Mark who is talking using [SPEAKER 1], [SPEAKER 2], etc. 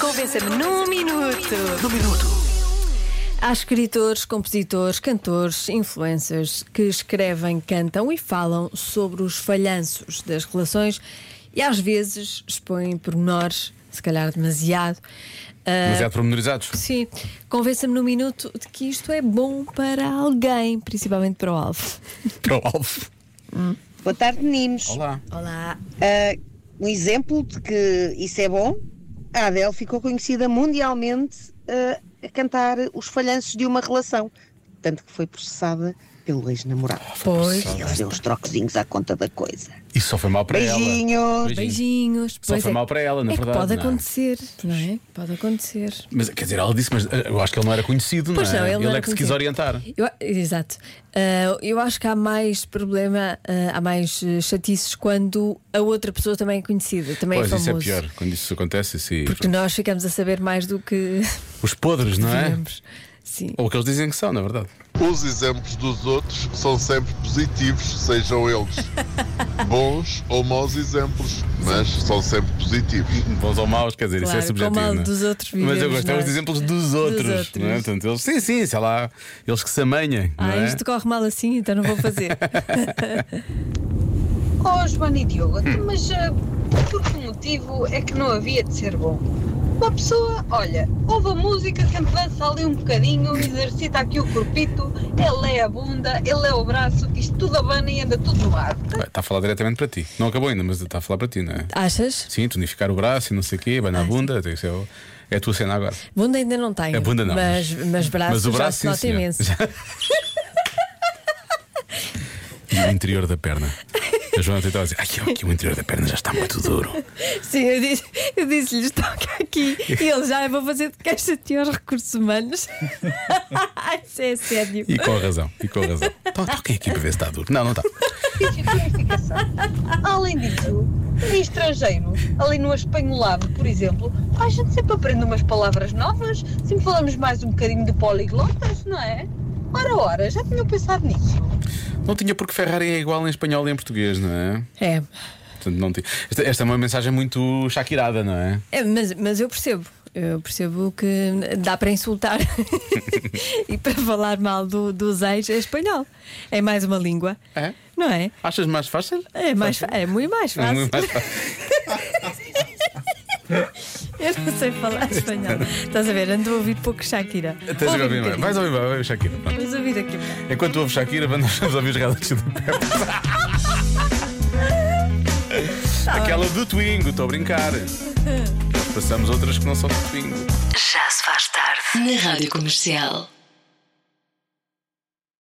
[SPEAKER 1] Convença-me num minuto.
[SPEAKER 2] No minuto.
[SPEAKER 1] Há escritores, compositores, cantores, influencers que escrevem, cantam e falam sobre os falhanços das relações e às vezes expõem pormenores, se calhar demasiado. ah,
[SPEAKER 3] Demasiado é pormenorizados.
[SPEAKER 1] Sim, convença-me num minuto de que isto é bom para alguém, principalmente para o alvo.
[SPEAKER 3] Para o alvo.
[SPEAKER 4] Boa tarde, meninos.
[SPEAKER 3] Olá.
[SPEAKER 1] Olá,
[SPEAKER 4] Ah, um exemplo de que isso é bom, a Adele ficou conhecida mundialmente ah, a cantar os falhanços de uma relação, tanto que foi processada pelo ex-namorado.
[SPEAKER 1] pois.
[SPEAKER 4] Ele deu uns trocozinhos à conta da coisa.
[SPEAKER 3] Isso só foi mal para ela.
[SPEAKER 4] Beijinhos!
[SPEAKER 1] Beijinhos.
[SPEAKER 3] Só foi mal para ela, na
[SPEAKER 1] é que
[SPEAKER 3] verdade,
[SPEAKER 1] Pode
[SPEAKER 3] não é?
[SPEAKER 1] acontecer, não é? Pode acontecer.
[SPEAKER 3] Mas quer dizer, ela disse, mas eh, eu acho que ele não era conhecido,
[SPEAKER 1] Pois
[SPEAKER 3] não é?
[SPEAKER 1] não, ele não
[SPEAKER 3] é
[SPEAKER 1] era
[SPEAKER 3] que se quis
[SPEAKER 1] conhecido.
[SPEAKER 3] orientar.
[SPEAKER 1] Eu- exato. Ah, eu acho que há mais problema, ah, há mais eh, chatices quando a outra pessoa também é conhecida, também
[SPEAKER 3] pois
[SPEAKER 1] é
[SPEAKER 3] isso
[SPEAKER 1] famoso.
[SPEAKER 3] é pior. Quando isso acontece, assim,
[SPEAKER 1] Porque nós ficamos a saber mais do que
[SPEAKER 3] os podres, não é?
[SPEAKER 1] sabemos. Sim.
[SPEAKER 3] Ou o que eles dizem que são, na verdade.
[SPEAKER 5] Os exemplos dos outros são sempre positivos, sejam eles bons ou maus exemplos, mas são sempre positivos.
[SPEAKER 3] Bons ou maus, quer dizer, isso é
[SPEAKER 1] Claro,
[SPEAKER 3] subjetivo.
[SPEAKER 1] com o mal
[SPEAKER 3] não é?
[SPEAKER 1] dos outros
[SPEAKER 3] Mas eu
[SPEAKER 1] vivemos,
[SPEAKER 3] gosto, é
[SPEAKER 1] não é?
[SPEAKER 3] os exemplos dos outros.
[SPEAKER 1] outros.
[SPEAKER 3] Não é? Portanto, eles, sim, sim, sei lá, eles que se amanham.
[SPEAKER 1] Ah,
[SPEAKER 3] não é?
[SPEAKER 1] isto corre mal assim, então não vou fazer.
[SPEAKER 6] Oh, Joana e Diogo, então, mas ah, por que motivo é que não havia de ser bom? Uma pessoa, olha, ouve a música, sempre dança ali um bocadinho, exercita aqui o corpito, ele é a bunda, ele é o braço, que isto tudo abana e anda tudo no ar.
[SPEAKER 1] tá-
[SPEAKER 3] Bem, Está tá a falar diretamente para ti. Não acabou ainda, mas está a falar para ti, não é?
[SPEAKER 1] Achas?
[SPEAKER 3] Sim, tonificar o braço e não sei o quê, vai
[SPEAKER 1] Ah,
[SPEAKER 3] na bunda, isso é, o- é a tua cena agora.
[SPEAKER 1] Bunda ainda não tenho.
[SPEAKER 3] A bunda não,
[SPEAKER 1] Mas,
[SPEAKER 3] mas-
[SPEAKER 1] mas braços
[SPEAKER 3] mas o braço,
[SPEAKER 1] já se
[SPEAKER 3] sim,
[SPEAKER 1] nota
[SPEAKER 3] senhor.
[SPEAKER 1] imenso.
[SPEAKER 3] E o interior da perna. A Joana tentava dizer, ai, aqui o interior da perna já está muito duro.
[SPEAKER 1] Sim, eu disse- eu disse-lhes toca aqui e eles já vão fazer de queixa de ti aos recursos humanos. Isso é sério.
[SPEAKER 3] E com razão, e com razão. To- Toquem aqui para ver se está duro. Não, não está.
[SPEAKER 6] justificação. Além disso, em estrangeiro, ali no espanholado, por exemplo, a gente sempre aprende umas palavras novas, sempre falamos mais um bocadinho de poliglotas, não é? Ora, ora, já tinham pensado nisso.
[SPEAKER 3] Não tinha porque Ferrari é igual em espanhol e em português, não é?
[SPEAKER 1] É,
[SPEAKER 3] Portanto, não tinha. Esta, esta é uma mensagem muito shakirada, não é?
[SPEAKER 1] É, mas, mas eu percebo. Eu percebo que dá para insultar e para falar mal do, dos ex é espanhol. É mais uma língua.
[SPEAKER 3] É?
[SPEAKER 1] Não é?
[SPEAKER 3] Achas mais fácil?
[SPEAKER 1] É, mais, fa- é muito mais
[SPEAKER 3] É
[SPEAKER 1] fácil.
[SPEAKER 3] muito mais fácil.
[SPEAKER 1] Eu não sei falar espanhol. Estás a ver? Ando a ouvir pouco Shakira.
[SPEAKER 3] Tens de
[SPEAKER 1] Ouve um
[SPEAKER 3] ouvir mais.
[SPEAKER 1] bocadinho.
[SPEAKER 3] Vais ouvir mais, vai ouvir Shakira. Pronto.
[SPEAKER 1] Vamos ouvir aqui.
[SPEAKER 3] Enquanto ouve Shakira, nós vamos ouvir os relatos do Pepe. Aquela do Twingo, estou a brincar. Passamos outras que não são do Twingo.
[SPEAKER 7] Já se faz tarde. Na Rádio Comercial.